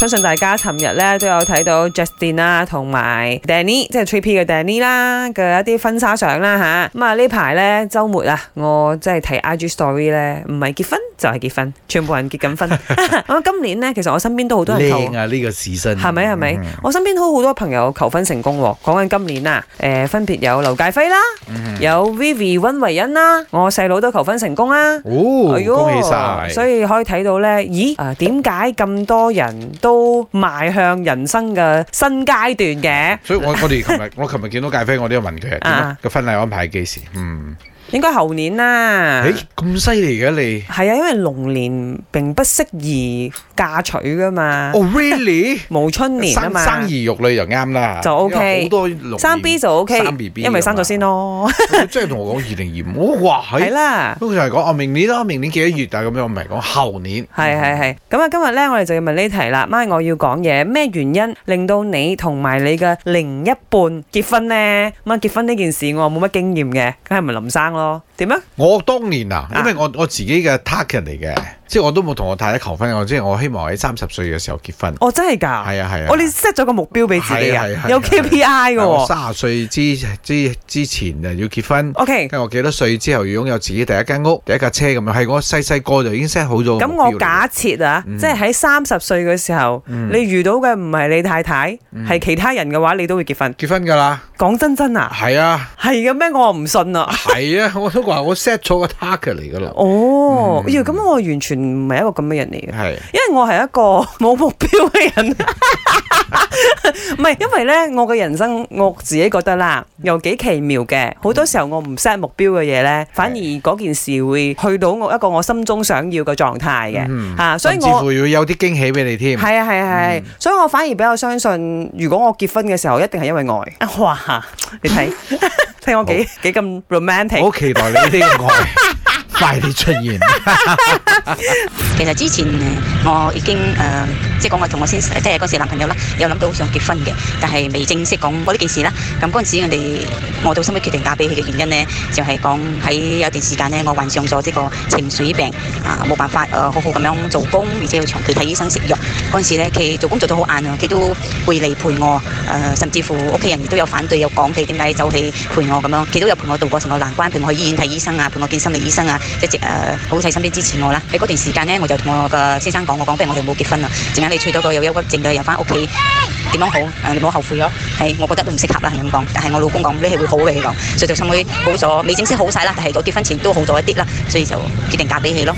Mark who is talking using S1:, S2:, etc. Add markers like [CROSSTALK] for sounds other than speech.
S1: 相信大家尋日咧都有睇到 Justin 啦，同埋 Danny，即係 Three P 嘅 Danny 啦嘅一啲婚紗相啦吓。咁啊呢排咧週末啊，我即係睇 IG Story 咧，唔係結婚就係結婚，全部人結
S2: [LAUGHS]
S1: 緊婚。咁今年咧，其實我身邊都好多人求
S2: 靚。啊呢個時辰，
S1: 係咪係啊咪
S2: 嗯？
S1: 我身邊好好多朋友求婚成功喎，講緊今年啊，誒、分別有劉介輝啦，有 Vivi 温維恩啦，我細佬都求婚成功啊！
S2: 哦，
S1: 喲
S2: 恭喜晒！啊
S1: 所以可以睇到咧，咦啊，點解咁多人都邁向人生嘅新階段嘅？
S2: 所以我我哋琴日 [LAUGHS] 我琴日見到介輝，我都有問佢點啊
S1: 啊
S2: 個婚禮安排幾時？嗯，
S1: 應該後年啦。
S2: 誒咁犀利嘅你，
S1: 係啊啊，因為龍年並不適宜嫁娶噶嘛，
S2: 哦 really？
S1: 無春啊年啊
S2: 生
S1: 嘛，
S2: 生兒育女就啱啦，
S1: 就 OK
S2: 因為好多六
S1: 生 B 就 OK，
S2: 生啊 BB
S1: 因為生咗先
S2: [LAUGHS]
S1: 咯，
S2: 佢真係同我講二零二五，哇
S1: [LAUGHS] 係
S2: 係，
S1: 啦。
S2: 咁佢就係講哦明年啦，明年幾多月啊咁樣，唔係講後年，
S1: 係係係，咁啊今日咧我哋就要問呢題啦，媽我要講嘢，咩原因令到你同埋你嘅另一半結婚呢？咁啊結婚呢件事我冇乜經驗嘅，梗係咪林生咯？點啊？
S2: 我當年啊，
S1: 啊
S2: 因為我我自己嘅 target 嚟嘅，即係我都冇同我太太求婚，我即係我希望喺三十歲嘅時候結婚。
S1: 哦真係㗎，
S2: 係啊係啊，
S1: 我哋 set 咗個目標俾自己啊
S2: 係啊係啊，
S1: 有
S2: 係啊
S1: KPI 嘅
S2: 我
S1: 喎。
S2: 三十歲之之之前就要結婚，
S1: OK，
S2: 跟住我幾多歲之後要擁有自己第一間屋、第一架車咁樣，係我細細個就已經 set 好咗。
S1: 咁我假設啊，
S2: 嗯
S1: 即係喺三十歲嘅時候，
S2: 嗯
S1: 你遇到嘅唔係你太太，
S2: 嗯
S1: 係其他人嘅話，你都會結婚。
S2: 結婚㗎啦，
S1: 講真真啊，
S2: 係啊
S1: 係嘅咩？我唔信啊。
S2: 係啊， [LAUGHS] 我都話我 set 咗個 target 嚟㗎啦，
S1: 哦，
S2: 嗯
S1: 咦，咁我完全唔係一個咁嘅人嚟嘅。
S2: 係
S1: 因為我係一個 [LAUGHS] 冇目標嘅人，唔係因為咧，我嘅人生我自己覺得啦，又幾奇妙嘅。好多時候我唔 set 目標嘅嘢咧，反而嗰件事會去到我一個我心中想要嘅狀態
S2: 嗯
S1: 嘅嚇，所以
S2: 甚至乎
S1: 我。
S2: 要有啲驚喜俾你添。
S1: 係啊係啊係啊，所以我反而比較相信，如果我結婚嘅時候，一定係因為愛。哇！你睇， [LAUGHS] 睇我幾幾咁 romantic
S2: 我。好期待你呢個
S1: [LAUGHS]
S2: 愛快啲出現。
S3: 其實之前誒我已經誒、呃即係講我同我先生即係嗰時男朋友啦，有諗到好想結婚嘅，但係未正式講過呢件事啦。咁嗰陣時我哋我到心尾決定嫁俾佢嘅原因呢，就係講喺有段時間呢，我患上咗呢個情緒病啊，冇辦法誒、呃好好咁樣做工，而且要長期睇醫生食藥。嗰陣時咧，佢做工做到好晏啊，佢都會嚟陪我，誒、呃甚至乎屋企人亦都有反對，有講佢點解走去陪我咁樣，佢都有陪我渡過成個難關，陪我去醫院睇醫生啊，陪我見心理醫生啊，一直誒、呃好細心啲支持我啦。喺嗰段時間呢，我就同我嘅先生講，我講俾我哋冇結婚啦，陣間你娶到個有憂鬱症嘅，又翻屋企。點樣好？誒、你唔好後悔咯。係，我覺得都唔適合啦，係咁講。但係我老公講你係會好嘅，佢講，所以就心裏好咗，未正式好晒啦，但係到結婚前都好咗一啲啦，所以就決定嫁俾佢咯。